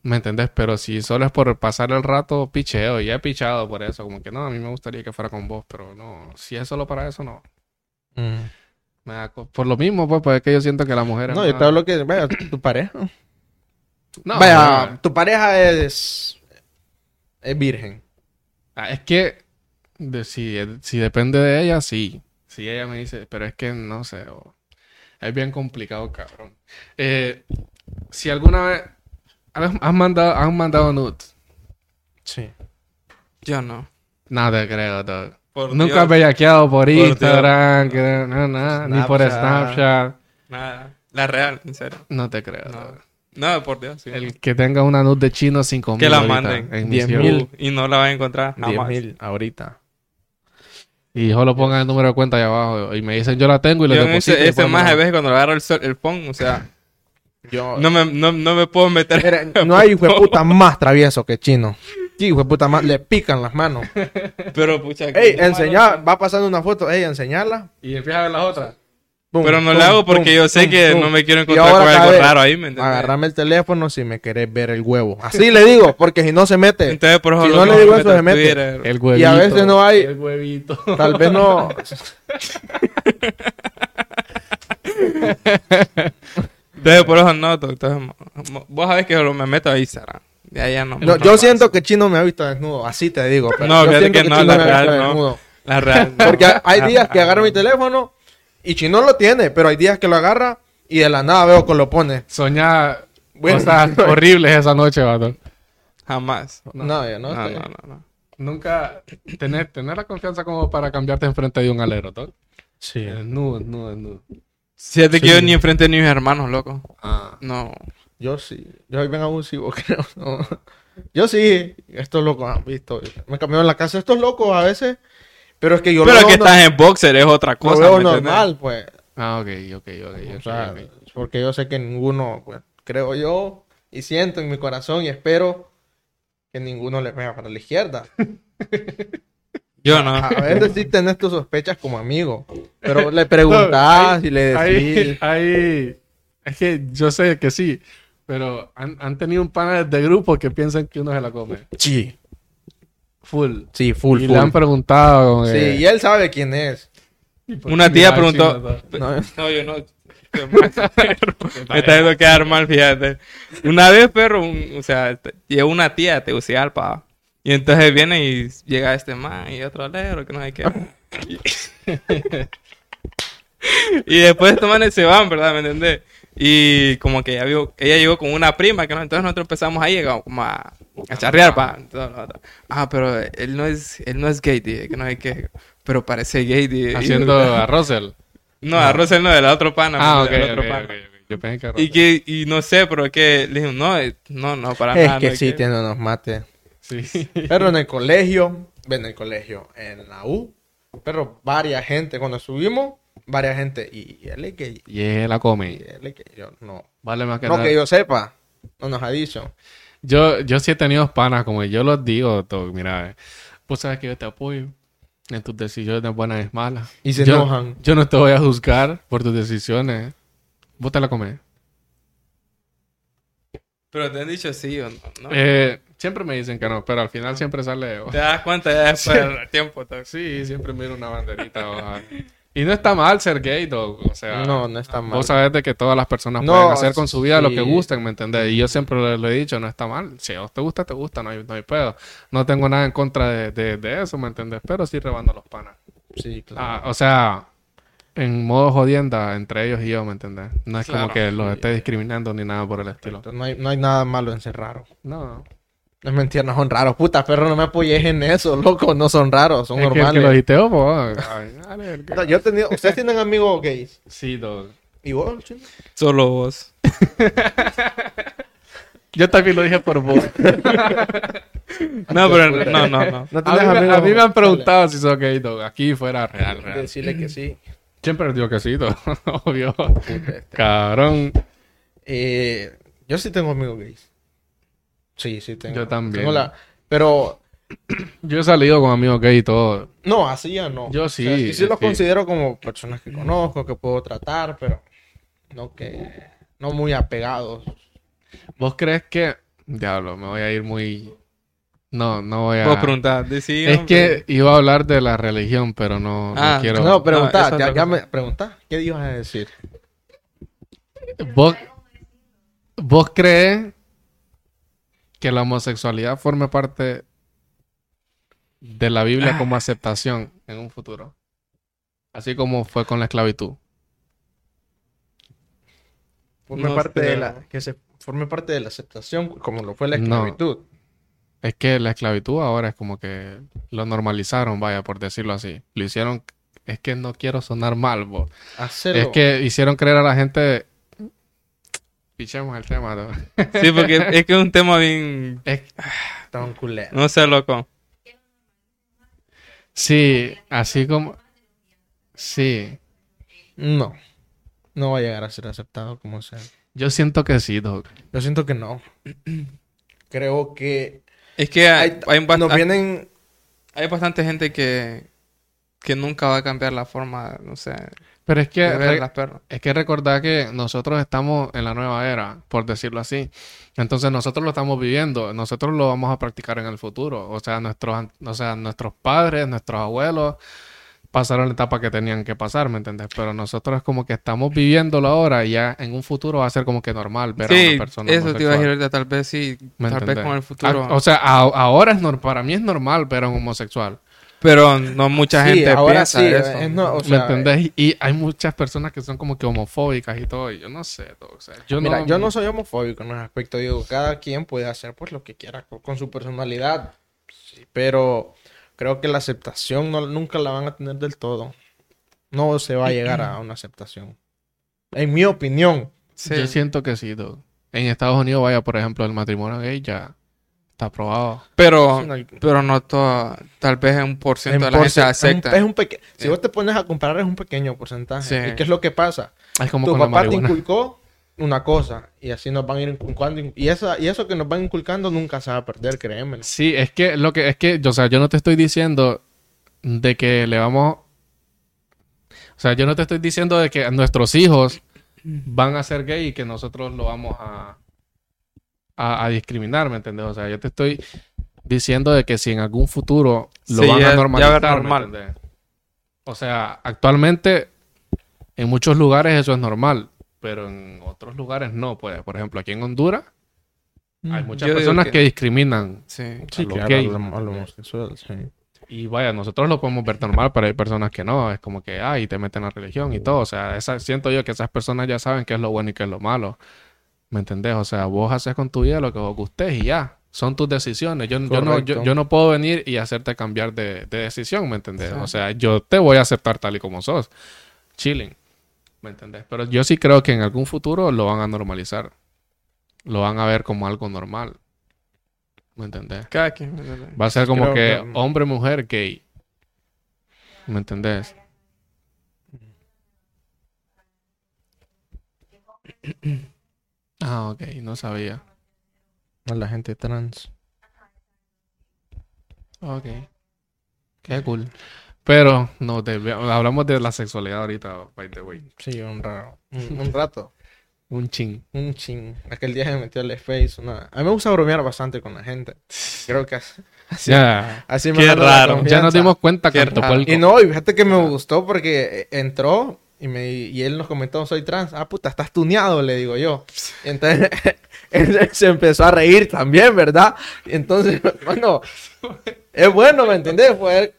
S1: ¿me entendés? Pero si solo es por pasar el rato, picheo, y ya he pichado por eso, como que no, a mí me gustaría que fuera con vos, pero no, si es solo para eso, no.
S3: Mm.
S1: Me da co- por lo mismo, pues, pues es que yo siento que la mujer es
S3: No, yo
S1: más-
S3: te hablo que... Vaya, tu pareja.
S1: No,
S3: Vaya,
S1: no.
S3: tu pareja es. Es virgen.
S1: Ah, es que eh, de- si, si depende de ella, sí. Si ella me dice, pero es que no sé, o- es bien complicado, cabrón. Eh, si alguna vez has has mandado, han mandado nudes,
S3: Sí.
S2: Yo no.
S1: nada creo, dog.
S2: Por
S1: Nunca
S2: Dios,
S1: has bellaqueado por,
S2: Dios.
S1: Instagram, que- no, nada, ni por
S3: Snapchat.
S1: Snapchat,
S2: Nada. La real, en serio.
S1: no te creo, dog.
S2: No. No, por Dios. sí.
S1: El que tenga una nude de chino, 5 mil.
S2: Que la
S1: ahorita
S2: manden.
S1: en
S3: 10.000.
S1: misión.
S2: Uh, Y no la van a encontrar jamás.
S3: 10.000 ahorita.
S1: Y yo lo pongan el número de cuenta ahí abajo. Y me dicen, yo la tengo y lo
S2: Yo en
S1: deposito. y
S2: ese, ese
S1: después me
S2: más a
S1: lo-
S2: veces cuando le agarro el, sol- el phone, o sea,
S3: Yo...
S2: no me, no, no me puedo meter.
S3: Mira, no hay hijo de puta más travieso que chino. Sí, hijo de puta más. Le pican las manos.
S2: Pero pucha. que-
S3: Ey, enseñá. Va pasando una foto. Ey, enseñala.
S1: Y empiezas a ver las otras.
S3: Pum,
S2: Pero no
S3: pum,
S2: la hago porque
S3: pum,
S2: yo sé
S3: pum,
S2: que
S3: pum.
S2: no me quiero
S3: Y
S2: encontrar con
S3: ahora
S2: algo
S3: cada vez,
S2: raro ahí, ¿me entiendes?
S3: Agarrame el teléfono si me querés ver el huevo. Así le digo, porque si no se mete.
S2: Entonces, por eso
S3: Si
S2: lo
S3: no
S2: que
S3: le
S2: me
S3: digo
S2: meto
S3: eso, se
S2: en
S3: mete.
S2: Twitter.
S1: El huevito.
S3: Y a veces no hay-
S1: El huevito.
S3: Tal vez no.
S2: Entonces, por eso no, doctor. Vos sabés que lo- me meto ahí, Sara. Ya, ya no.
S3: No,
S2: no
S3: yo
S2: pasa.
S3: siento que Chino me ha visto desnudo, así te digo. pero
S2: No,
S3: yo
S2: fíjate
S3: siento
S2: que no,
S3: Chino
S2: la
S3: me ha visto
S2: real no.
S3: desnudo.
S2: La real. no.
S3: Porque hay días que agarro mi teléfono y Chino lo tiene, pero hay días que lo agarra y de la nada veo que lo pone.
S1: Soñaba
S3: Bueno.
S1: cosas horribles esa noche, vato.
S2: Jamás.
S3: No, yo
S2: No,
S3: no,
S2: no,
S3: estoy-
S2: no. no.
S1: Nunca tener, tener la confianza como para cambiarte enfrente de un alero, ¿no?
S3: Sí.
S1: Desnudo, desnudo, desnudo.
S2: Siete que
S3: Sí.
S2: yo ni enfrente de mis hermanos, loco.
S1: Ah.
S2: No.
S3: Yo sí. Yo soy bien abusivo, creo. ¿no? Yo sí. Estos locos han ah, visto. Me cambiaron la casa. Estos locos a veces. Pero es que yo
S2: Pero
S3: lo
S2: que
S3: veo, no-
S2: estás en boxer es otra
S3: lo
S2: cosa.
S3: veo
S2: ¿me entiendes?
S3: normal, pues.
S1: Ah, ok, ok, ok. ok,
S3: O sea,
S1: ok.
S3: porque yo sé que ninguno, pues, creo yo, y siento en mi corazón y espero que ninguno le pega para la izquierda.
S2: Yo no.
S3: A veces sí tenés tus sospechas como amigo, pero le preguntás y le
S1: Ahí,
S3: decís.
S1: ahí- es que yo sé que sí, pero han, han tenido un panel de grupo que piensan que uno se la come.
S3: Sí,
S1: Full.
S3: sí, full,
S1: y
S3: full.
S1: le han preguntado. como
S3: Sí,
S1: que-
S3: y él sabe quién es.
S1: ¿y por
S2: Una
S1: qué
S2: tía
S1: le va encima,
S2: preguntó.
S1: tal?
S3: No.
S2: No, yo no. Me está haciendo quedar mal, fíjate. Una vez, perro, un- o sea, te- llegó una tía te Tegucigalpa. Y entonces viene y llega este man y otro alegro que no sé qué. y después estos manes se van, ¿verdad? ¿Me entendés? Y como que ella, vio- ella llegó con una prima, que no, entonces nosotros empezamos ahí llegamos como a, a charrear, pa. Entonces, nosotros, ah, pero él no es, él no es gay, dije, que no sé qué. Pero parece gay, dije.
S1: Haciendo a Russell.
S2: No, a Russell no, de la otra pana. pues,
S1: Ah, ok,
S2: de la otra
S1: ok,
S2: pana.
S1: ok, ok. Yo pensé que
S2: Y
S1: Russell.
S2: que, y no sé, pero que le dije, no, eh, no, no, para
S3: es
S2: nada.
S3: que
S2: no,
S3: sí, tiene unos mates.
S1: Sí.
S3: Pero en el colegio, ven en el colegio, en la U, pero varias gente, cuando subimos, varias gente, y, y él es que,
S1: Y él la
S3: y
S1: come.
S3: él es que, yo no.
S1: Vale más que
S3: No
S1: nada.
S3: que yo sepa, no nos ha dicho.
S1: Yo, yo sí he tenido panas, como yo los digo, Doc, mira, eh, vos sabes que yo te apoyo en tus decisiones buenas y malas.
S3: Y se
S1: yo,
S3: enojan.
S1: Yo no te voy a juzgar por tus decisiones. Vos te la comes.
S2: Pero te han dicho sí o no.
S3: Ah.
S2: ¿no?
S1: Eh, siempre me dicen que no, pero al final siempre sale...
S2: Te das cuenta ya después del tiempo. te-
S1: Sí, siempre miro una banderita. ojalá. Y no está mal ser gay, Doc. O sea,
S3: No, no está mal.
S1: vos sabés de que todas las personas
S3: No,
S1: pueden hacer con su vida lo que
S3: sí.
S1: gusten, ¿me entendés? Y yo siempre lo, lo he dicho, no está mal. Si a vos te gusta, te gusta, no hay, no hay pedo. No tengo nada en contra de, de- de eso, ¿me entendés? Pero sí rebando los panas.
S3: Sí, claro.
S1: Ah, o sea, en modo jodienda entre ellos y yo, ¿me entendés? No es
S2: Claro.
S1: como que los esté discriminando ni nada por el estilo.
S3: Entonces, No hay, no hay nada malo en ser raro.
S1: No.
S3: No es mentira, no son raros. Puta, perro, no me apoyes en eso, loco. No son raros, son
S1: Es que el que
S3: normales.
S1: lo hiteo, pues... ay, dale, el que-
S3: No, yo he tenido... Ustedes tienen amigos gays.
S1: Sí, Doc.
S3: ¿Y vos, chino?
S2: Solo vos.
S1: Yo también lo dije por vos.
S2: No, pero no, no, no.
S3: ¿No
S1: A
S3: tenés
S1: mí, me-
S3: amigos?
S1: a mí me han preguntado si soy gay, dog. Aquí fuera real,
S3: Dale,
S1: real.
S3: Decirle que sí.
S1: Siempre digo que sí, dog. Obvio.
S3: Puta, este.
S1: Cabrón.
S3: Eh, yo sí tengo amigos gays. Sí, sí tengo.
S1: Yo también.
S3: Tengo la- Pero...
S1: Yo he salido con amigos gay y todo.
S3: No, así ya no.
S1: Yo
S3: O sea,
S1: sí, este.
S3: sí, sí los
S1: sí.
S3: considero como personas que conozco, que puedo tratar, pero... No que... No muy apegados.
S1: ¿Vos crees que... Diablo, me voy a ir muy... No, no voy a...
S2: Vos preguntás, decí,
S1: es
S2: hombre.
S1: que iba a hablar de la religión, pero no, no
S2: Ah,
S1: quiero...
S3: No, preguntá,
S2: no, esa es
S3: ya,
S2: otra cosa.
S3: ya me preguntá, ¿qué ibas a decir?
S1: ¿Vos, ¿Vos crees que la homosexualidad forme parte de la Biblia como aceptación en un futuro? Así como fue con la esclavitud.
S3: Forme
S2: No,
S3: parte de
S2: pero-
S3: la, que se forme parte de la aceptación, como lo fue la
S1: No.
S3: esclavitud.
S1: Es que la esclavitud ahora es como que lo normalizaron, vaya, por decirlo así. Lo hicieron, es que no quiero sonar mal, bo.
S3: Hacerlo.
S1: Es que hicieron creer a la gente... Pichemos el tema, ¿no?
S2: Sí, porque es que es un tema bien...
S1: Es-
S3: Tan culero.
S2: No sé, loco.
S1: sí, así como... Sí,
S3: No. No va a llegar a ser aceptado como sea.
S1: yo siento que sí, Doc.
S3: Yo siento que no. Creo que
S2: Es que hay,
S3: hay-
S2: hay, bast-
S3: nos vienen
S2: hay bastante gente que, que nunca va a cambiar la forma, no sé,
S1: Pero es que...
S2: de ver
S1: re-
S2: las perras.
S1: Es que recordar que nosotros estamos en la nueva era, por decirlo así. Entonces nosotros lo estamos viviendo, nosotros lo vamos a practicar en el futuro. O sea, nuestros, an- o sea, nuestros padres, nuestros abuelos pasaron la etapa que tenían que pasar, ¿me entiendes? Pero nosotros como que estamos viviéndolo ahora y ya en un futuro va a ser como que normal ver a
S2: Sí,
S1: una persona.
S2: eso te iba a
S1: homosexual.
S2: decir ahorita, tal vez sí,
S1: ¿Me
S2: tal vez
S1: entendés?
S2: con el futuro.
S1: Ah, o sea, a- ahora es nor- para mí es normal ver a un homosexual.
S2: pero no mucha
S3: Sí,
S2: gente
S3: ahora
S2: piensa
S3: sí,
S2: eso.
S3: es no- o
S1: ¿Me
S3: sea,
S1: entendés? Y, y hay muchas personas que son como que homofóbicas y todo. Y yo no sé. O sea, yo
S3: Mira,
S1: no,
S3: yo no soy homofóbico en ese aspecto. Digo, cada quien puede hacer pues lo que quiera con, con su personalidad. Sí, pero creo que la aceptación no, nunca la van a tener del todo. No se va a llegar a una aceptación. En mi opinión.
S2: Sí.
S1: Yo siento que sí, dude. En Estados Unidos, vaya, por ejemplo, el matrimonio gay ya está aprobado.
S2: Pero,
S3: es una-
S2: pero no toda, tal vez un por ciento de
S3: en
S2: la gente
S3: porce-
S2: acepta.
S3: Es un, es un peque- Si
S2: Sí.
S3: vos te pones a comparar, es un pequeño porcentaje.
S2: Sí.
S3: ¿Y qué es lo que pasa?
S1: Es como
S3: tu
S1: con la
S3: papá te
S1: marihuana.
S3: inculcó una cosa y así nos van a ir inculcando y esa y eso que nos van inculcando nunca se va a perder créeme
S1: Sí, es que lo que es que, o sea, yo no te estoy diciendo de que le vamos. O sea, yo no te estoy diciendo de que nuestros hijos van a ser gay y que nosotros lo vamos a, a, a discriminar, ¿me entiendes? O sea, yo te estoy diciendo de que si en algún futuro lo
S2: Sí,
S1: van
S2: ya-
S1: a
S2: ya
S1: normalizar,
S2: va a
S1: ¿me
S2: normal.
S1: entendés? O sea, actualmente en muchos lugares eso es normal, pero en otros lugares no, pues. Por ejemplo, aquí en Honduras hay muchas
S2: Mm. Yo digo
S1: personas
S2: que-
S1: que discriminan
S2: Sí.
S1: Mm. Sí, claro, a lo- a lo y vaya, nosotros lo podemos ver normal, pero hay personas que no. Es como que, ay, te meten a religión y todo. O sea, esa- siento yo que esas personas ya saben qué es lo bueno y qué es lo malo. ¿Me entendés? O sea, vos haces con tu vida lo que vos gustes y ya. Son tus decisiones. Yo, yo, no, yo,
S3: Correcto.
S1: yo no puedo venir y hacerte cambiar de, de decisión, ¿me entendés?
S2: Sí.
S1: O sea, yo te voy a aceptar tal y como sos. Chilling. ¿Me entendés? Pero yo sí creo que en algún futuro lo van a normalizar. Lo van a ver como algo normal. ¿Me entendés?
S2: Cada quien. ¿me entiendes?
S1: Va a ser como
S3: Creo
S1: que
S2: mm.
S3: que-
S1: hombre, mujer, gay. ¿Me entendés? Ah, ok, no sabía.
S3: a la gente trans
S1: Ok. Qué cool. Pero no, hablamos de la sexualidad ahorita, by the way.
S3: sí un raro un, un rato
S1: Un ching.
S3: un ching aquel día se metió al space una- a mí me gusta bromear bastante con la gente creo que así,
S1: Ya,
S3: así me
S2: Qué
S3: gano la
S2: raro.
S1: ya nos
S3: confianza.
S1: dimos cuenta
S2: Qué
S1: que tocó
S2: raro.
S1: el
S3: y no y fíjate que me gustó porque eh, entró y me y él nos comentó soy trans ah puta estás tuneado le digo yo Y entonces él se empezó a reír también verdad Y entonces bueno Es bueno, ¿me entendés? Poder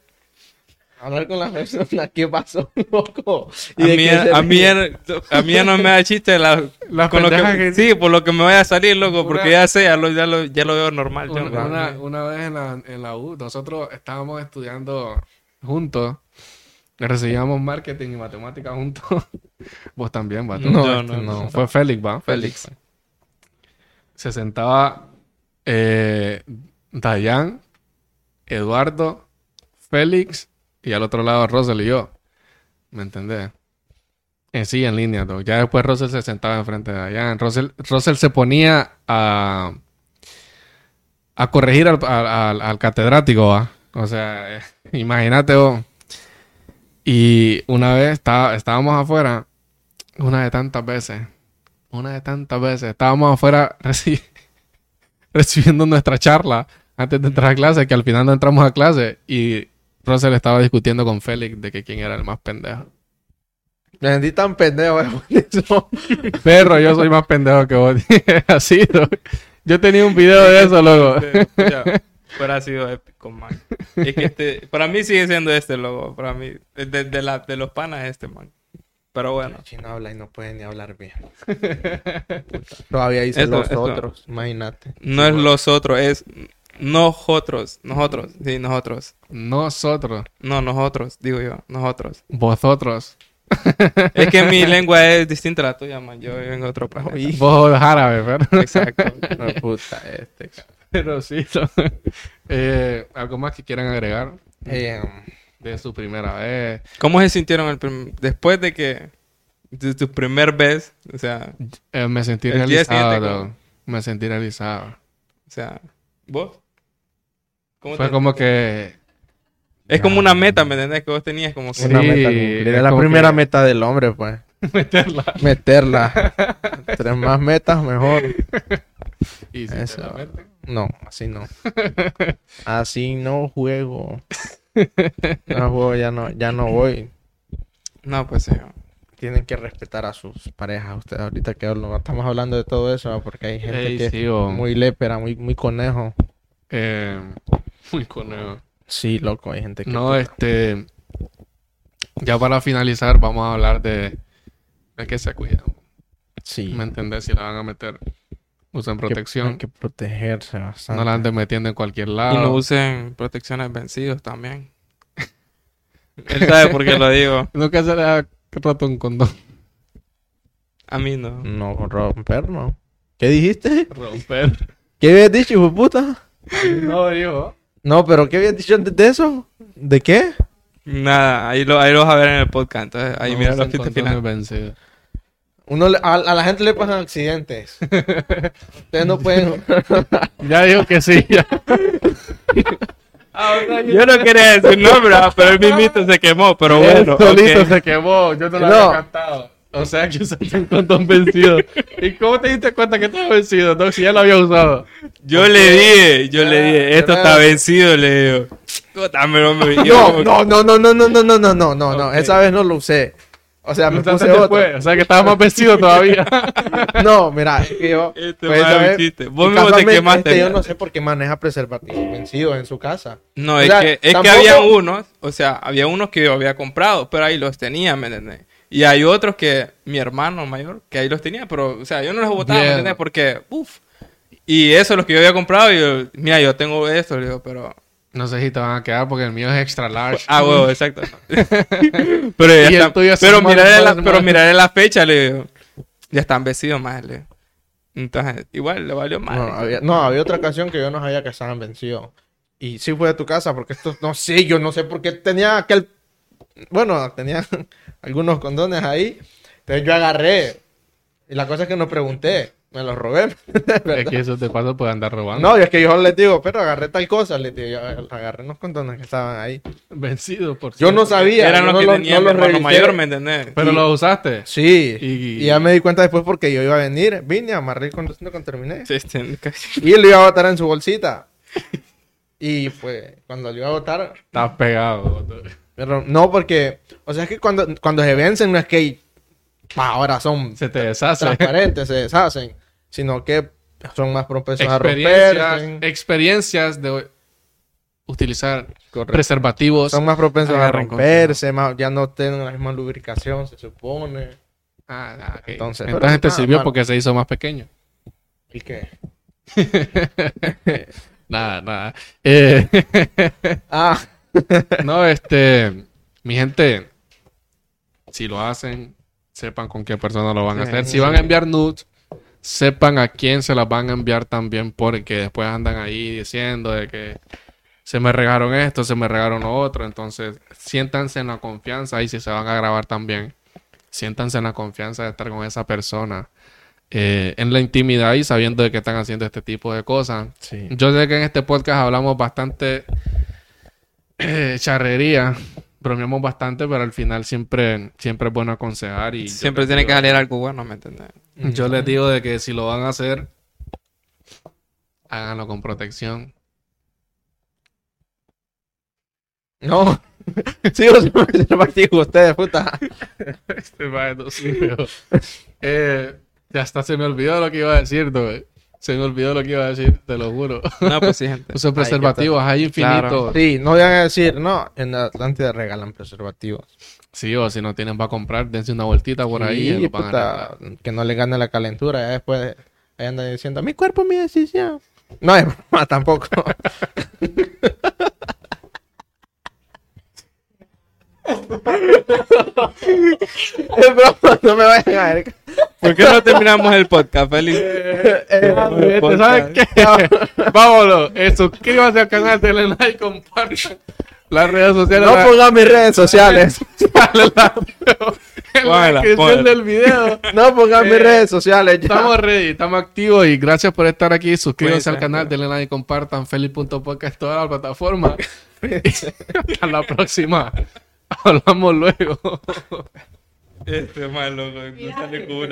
S3: hablar con las personas. ¿Qué pasó, loco?
S2: A mí,
S3: que se
S2: a, mí
S3: ríe.
S2: ya, no- a mí ya no me da chiste la,
S1: Las
S2: con lo que,
S1: pendejas que-
S2: Sí, por lo que me voy a salir, loco,
S1: Una-
S2: porque ya sé, ya lo, ya lo, ya lo veo normal. yo,
S1: Una,
S2: ¿no?
S1: una- una vez en la, en la U, nosotros estábamos estudiando juntos, recibíamos marketing y matemáticas juntos. Vos también, vato.
S3: No,
S2: Yo
S3: este
S2: no.
S3: no.
S1: Fue Félix, ¿va?
S2: Félix.
S1: Se sentaba eh, Dayan, Eduardo, Félix y al otro lado Rosel y yo. ¿Me entendés? En sí, en línea, ¿no? Ya después Russell se sentaba enfrente de Dayan. Russell, Russell se ponía a, a corregir al, al- al- al catedrático, ¿va? O sea, eh, imagínate vos. Y una vez estaba- estábamos afuera, una de tantas veces, una de tantas veces, estábamos afuera reci- recibiendo nuestra charla antes de entrar a clase, que al final no entramos a clase y Russell estaba discutiendo con Félix de que quién era el más pendejo.
S3: Me sentí tan pendejo, eh, por eso.
S1: Perro, yo soy más pendejo que vos. Así, ¿no? Yo tenía un video de eso, loco.
S2: Sí, ya. Pero ha sido épico, man. Es que este, para mí sigue siendo este logo. Para mí, de, de, la, de los panas este, man. Pero bueno.
S3: El chino habla y no puede ni hablar bien. Todavía dice
S2: Esto-
S3: los
S2: esto.
S3: otros. Imagínate.
S2: No es los otros, es nosotros. Nosotros. Sí, nosotros.
S1: Nosotros,
S2: No, nosotros, digo yo. Nosotros.
S1: vosotros,
S2: Es que mi lengua es distinta a la tuya, man. Yo vengo de otro planeta.
S1: vos los árabes, ¿verdad?
S2: Exacto.
S3: No, puta, este. cabrón.
S1: Pero sí, no. Eh, algo más que quieran agregar
S3: Eh,
S1: de su primera vez.
S2: ¿Cómo se sintieron el prim- después de que de tu primer vez? O sea,
S1: Eh, me sentí
S2: El día
S1: realizado.
S2: siguiente,
S1: dog. Me sentí realizado.
S2: o sea, vos. ¿Cómo
S1: Fue
S2: te-
S1: como Ah. que
S2: Es como una meta, ¿me entendés? Que vos tenías como que-
S3: una meta
S1: es
S3: cumplida. Era la
S1: como
S3: primera
S1: que-
S3: meta del hombre, pues.
S1: meterla.
S3: Meterla. Tres más metas, mejor.
S1: Y
S3: Eso.
S1: sinceramente,
S3: No, así no. Así no juego. No juego, ya no, ya no voy.
S2: No, pues sí.
S3: Tienen que respetar a sus parejas. Ustedes ahorita que hablo- estamos hablando de todo eso, ¿va? porque hay gente
S1: Ey,
S3: que
S1: sí, o-
S3: muy lépera, muy, muy conejo.
S1: eh, muy conejo.
S3: Sí, loco, hay gente que...
S1: No, este. Ya para finalizar, vamos a hablar de. de que se cuidan.
S3: sí.
S1: ¿Me entendés? Si la van a meter, usen
S3: que- Hay
S1: protección.
S3: que protegerse bastante.
S1: no la anden metiendo en cualquier lado.
S2: Y no usen protecciones vencidos también. Él sabe por qué lo digo.
S1: Nunca se le ha roto un condón.
S2: A mí no.
S1: Mm.
S3: No, romper, no. ¿Qué dijiste?
S1: Romper.
S3: ¿Qué habías dicho, hijo de puta?
S1: No, dijo.
S3: No, pero ¿qué habías dicho antes de eso? ¿De qué?
S2: Nada, ahí lo, ahí lo vas a ver en el podcast. Entonces, ahí mira los chistes finales.
S3: Uno le- a, a la gente le pasan accidentes. Ustedes no pueden...
S1: Ya dijo que sí. ya.
S2: Yo no quería decir nombre, ah, pero el mismito se quemó,
S1: Ah,
S2: pero
S1: Él
S2: bueno.
S1: solito
S2: ok.
S1: se quemó. Yo no lo
S3: No.
S1: había cantado. O sea que usaste un condón vencido. ¿Y cómo te diste cuenta que estaba vencido? No, si ya lo había usado.
S2: Yo le dije, yo
S3: Ya,
S2: le dije,
S3: Ah, ya
S2: esto
S3: veo.
S2: está vencido, le digo. Tú también, hombre. Yo como-
S3: No, no, no, no, no, no, no, no, no, no, no, no.
S2: Ok.
S3: Esa vez no lo usé. O sea,
S1: Lo
S3: me
S1: usaste
S3: puse otro.
S1: después, O sea que estaba más vencido todavía.
S3: No, mira, es que yo.
S2: Este
S3: pues,
S2: madre
S3: esa
S2: me
S3: vez-
S2: hiciste.
S3: y
S2: Vos mismo te
S3: casualmente,
S2: quemaste,
S3: este yo
S2: mira.
S3: no sé por qué maneja preservativos vencidos en su casa.
S2: No,
S3: O
S2: es
S3: sea,
S2: que, es que
S3: tampoco-
S2: había unos, o sea, había unos que yo había comprado, pero ahí los tenía, ¿me entendés? Y hay otros que mi hermano mayor, que ahí los tenía, pero, o sea, yo no los botaba, ¿me
S1: Bien.
S2: entendés? Porque, uff. Y eso, los que yo había comprado, y yo, mira, yo tengo esto, le digo, pero.
S1: No sé si te van a quedar porque el mío es extra large.
S2: Ah, huevo, exacto. pero ya
S1: Y el
S2: están-
S1: tuyo es
S2: pero
S1: un mal-
S2: miraré la,
S1: mal-
S2: pero
S1: mal-
S2: miraré la fecha, le digo. Ya están vestidos más, le digo. Entonces, igual le valió mal.
S3: No había, no, había otra ocasión que yo no sabía que estaban vencidos. Y sí fue de tu casa, porque esto, no sé, yo no sé por qué tenía aquel. Bueno, tenía algunos condones ahí. Entonces yo agarré. Y la cosa es que no pregunté. Me los robé.
S1: es que eso te pasa por andar robando.
S3: No, y es que yo les digo, pero agarré tal cosa, les digo, yo agarré unos condones que estaban ahí.
S1: Vencido por
S3: Yo
S1: cierto.
S3: no sabía,
S2: Eran
S3: yo
S2: los
S3: no
S2: que
S3: lo-
S2: tenía
S3: no
S2: mi
S3: los
S2: hermano
S3: revisé.
S2: mayor, ¿me entendés?
S1: Pero lo usaste.
S3: Sí,
S1: Y-
S3: y... ya me di cuenta después porque yo iba a venir, vine, amarré el conducto cuando terminé.
S2: Sí, este, casi-
S3: Y lo iba a botar en su bolsita. Y pues, cuando lo iba a botar,
S1: Estás pegado.
S3: pero no porque, o sea, es que cuando, cuando se vencen no es que pa, ahora son
S1: Se te deshace.
S3: transparentes, se deshacen, sino que son más propensos a
S1: Experiencias,
S3: romperse.
S1: experiencias de utilizar
S3: Correcto.
S1: preservativos.
S3: Son más propensos a
S2: Agarran con-
S3: romperse, más- ya no tienen la misma lubricación, se supone.
S1: Ah, ah, ok. Entonces,
S3: Entonces, pero
S1: te
S3: nada
S1: sirvió
S3: malo.
S1: porque se hizo más pequeño.
S3: ¿Y qué?
S1: Nada, nada. Eh,
S3: Ah,
S1: no, este, mi gente, si lo hacen, sepan con qué persona lo van a
S2: Sí,
S1: hacer. Si
S3: sí.
S1: van a enviar nudes, sepan a quién se las van a enviar también, porque después andan ahí diciendo de que se me regaron esto, se me regaron lo otro. Entonces, siéntanse en la confianza y si se van a grabar también, siéntanse en la confianza de estar con esa persona. eh, en la intimidad y sabiendo de que están haciendo este tipo de cosas.
S3: sí.
S1: Yo sé que en este podcast hablamos bastante eh, charrería, bromeamos bastante, pero al final siempre, siempre es bueno aconsejar y yo
S2: Siempre
S1: les
S2: tiene que
S1: digo-
S2: salir algo bueno, ¿me entendés?
S1: Yo les digo de que si lo van a hacer, háganlo con protección.
S3: No. sí, los preservativos ustedes, puta.
S1: Este va de dos hijos. Eh, ya hasta se me olvidó lo que iba a decir, ¿no? Se me olvidó lo que iba a decir, te lo juro.
S2: No, pues sí, gente.
S1: Usen preservativos, hay infinitos.
S2: Claro.
S3: Sí, no vayan a decir, no, en Atlántida regalan preservativos.
S1: Sí, o si no tienen para comprar, dense una vueltita por ahí.
S3: Sí,
S1: y lo van a
S3: puta,
S1: arreglar.
S3: que no le gane la calentura. Ya después ahí andan diciendo, mi cuerpo, mi decisión. No es broma tampoco. es broma, no me vayan a ver.
S2: ¿Por qué no terminamos el podcast, Félix?
S3: Eh,
S2: Podcast.
S1: ¿Sabes qué? Vámonos. Eh, suscríbanse al canal, denle like, compartan las redes sociales.
S3: no
S1: la-
S3: pongan mis redes sociales.
S1: Dale la-
S3: pues,
S1: en la
S2: Póngala,
S1: descripción
S2: póngala.
S1: del video.
S3: No pongan mis
S1: Eh,
S3: redes sociales. ya.
S1: Estamos ready, estamos activos y gracias por estar aquí. Suscríbanse
S2: Cuídense,
S1: al canal,
S2: cuídense.
S1: denle like, compartan feliz.podcast todas las plataformas. Hasta la próxima. Hablamos luego.
S2: Este es más loco, no sale con una.